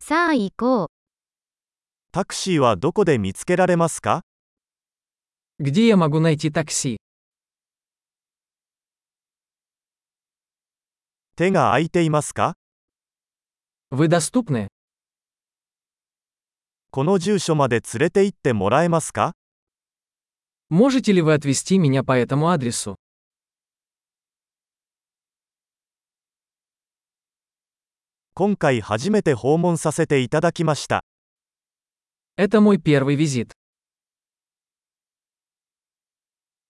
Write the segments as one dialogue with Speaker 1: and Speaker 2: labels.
Speaker 1: さあ行こう。
Speaker 2: タクシーはどこで見つけられますか
Speaker 3: Где я могу найти такси?
Speaker 2: 手が空いていますか
Speaker 3: Вы доступны?
Speaker 2: この住所まで連れて行ってもらえますか
Speaker 3: Можете ли вы отвезти меня по этому адресу?
Speaker 2: 今回初めて訪問させていただきました。
Speaker 3: Это мой первый визит.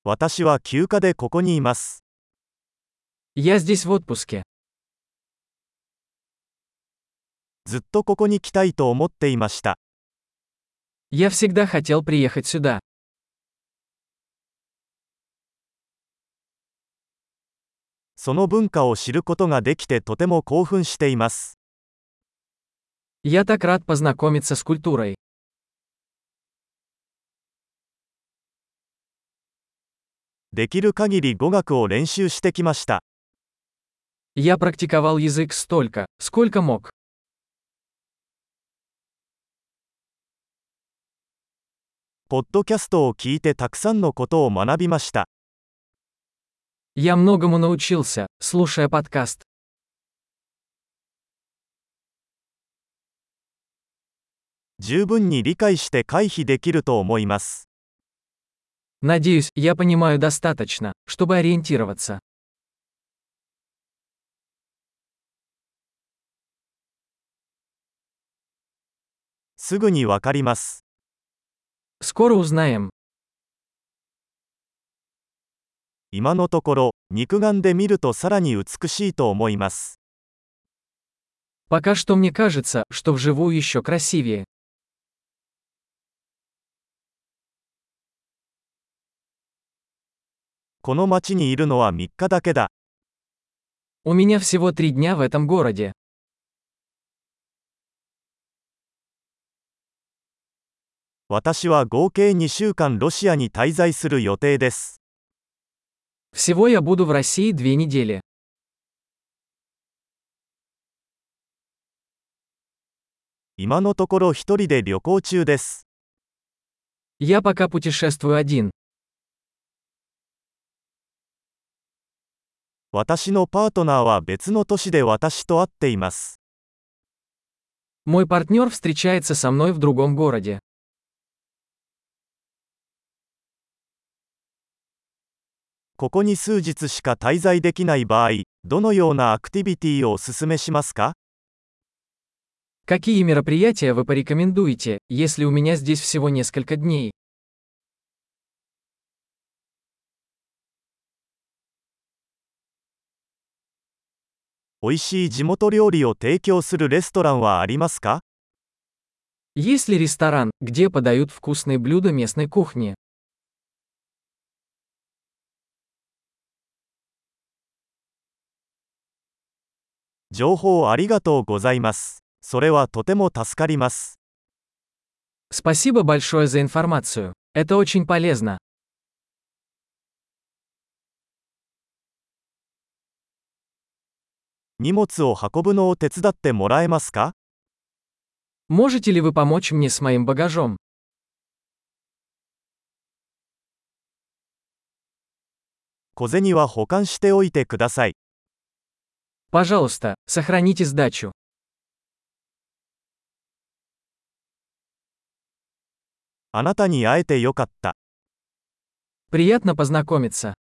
Speaker 2: 私は休暇でここにいます。
Speaker 3: Я здесь в отпуске.
Speaker 2: ずっとここに来たいと思っていました。
Speaker 3: Я всегда хотел приехать сюда.
Speaker 2: その文化を知ることができてとても興奮しています。
Speaker 3: Я так рад познакомиться с культурой.
Speaker 2: できる限り語学を練習してきました。
Speaker 3: Я практиковал язык столько, сколько мог.
Speaker 2: ポッドキャストを聞いてたくさんのことを学びました。
Speaker 3: Я многому научился, слушая подкаст.
Speaker 2: 十分に理解して回避できると思います。
Speaker 3: Надеюсь, я понимаю достаточно, чтобы ориентироваться.
Speaker 2: すぐにわかります。
Speaker 3: Скоро узнаем.
Speaker 2: 今のところ、肉眼で見るとさらに美しいと思います。
Speaker 3: Пока что мне кажется, что вживую еще красивее.
Speaker 2: この町にいるのは3日だけだ。
Speaker 3: У меня всего три дня в этом городе.
Speaker 2: 私は合計2週間ロシアに滞在する予定です。
Speaker 3: Всего я буду в России две недели.
Speaker 2: 今のところ一人で旅行中です。
Speaker 3: Я пока путешествую один.
Speaker 2: 私のパートナーは別の都市で私と会っています。
Speaker 3: Мой партнер встречается со мной в другом городе.
Speaker 2: ここに数日しか滞在できない場合、どのようなアクティビティをお勧めしますか
Speaker 3: Какие мероприятия вы порекомендуете, если у меня здесь всего несколько дней?
Speaker 2: 美味しい地元料理を提供するレストランはありますか
Speaker 3: Есть ли ресторан, где подают вкусные блюда местной кухни?
Speaker 2: 情報ありがとうございます。それはとても助かります。
Speaker 3: Спасибо большое за информацию. Это очень полезно.
Speaker 2: 荷物を運ぶのを手伝ってもらえますか
Speaker 3: Можете ли вы помочь мне с моим багажом?
Speaker 2: 小銭は保管しておいてください。
Speaker 3: Пожалуйста, сохраните сдачу.
Speaker 2: あなたに会えてよかった。
Speaker 3: Приятно познакомиться.